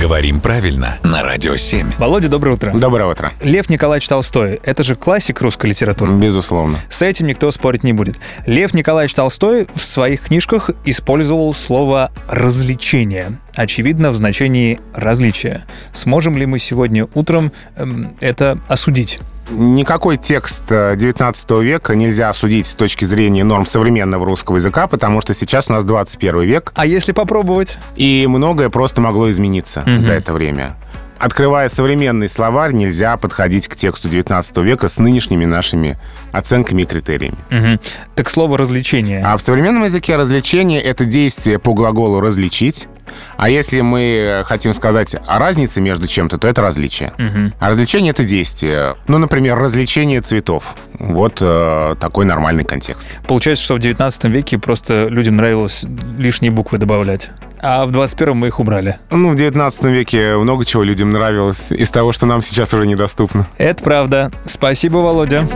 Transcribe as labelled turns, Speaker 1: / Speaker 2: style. Speaker 1: Говорим правильно на Радио 7.
Speaker 2: Володя, доброе утро.
Speaker 3: Доброе утро.
Speaker 2: Лев Николаевич Толстой — это же классик русской литературы.
Speaker 3: Безусловно.
Speaker 2: С этим никто спорить не будет. Лев Николаевич Толстой в своих книжках использовал слово «развлечение», очевидно, в значении «различия». Сможем ли мы сегодня утром эм, это осудить?
Speaker 3: Никакой текст э, 19 века нельзя осудить с точки зрения норм современного русского языка, потому что сейчас у нас 21 век,
Speaker 2: А если попробовать?
Speaker 3: и многое просто могло измениться за это время. Открывая современный словарь, нельзя подходить к тексту 19 века с нынешними нашими оценками и критериями.
Speaker 2: Мгм. Так слово «развлечение».
Speaker 3: А в современном языке развлечение — это действие по глаголу «различить». А если мы хотим сказать о разнице между чем-то, то это различие. А развлечение — это действие. Ну, например, развлечение цветов. Вот э, такой нормальный контекст.
Speaker 2: Получается, что в 19 веке просто людям нравилось лишние буквы добавлять. А в 21 мы их убрали.
Speaker 3: Ну, в 19 веке много чего людям нравилось из того, что нам сейчас уже недоступно.
Speaker 2: Это правда. Спасибо, Володя.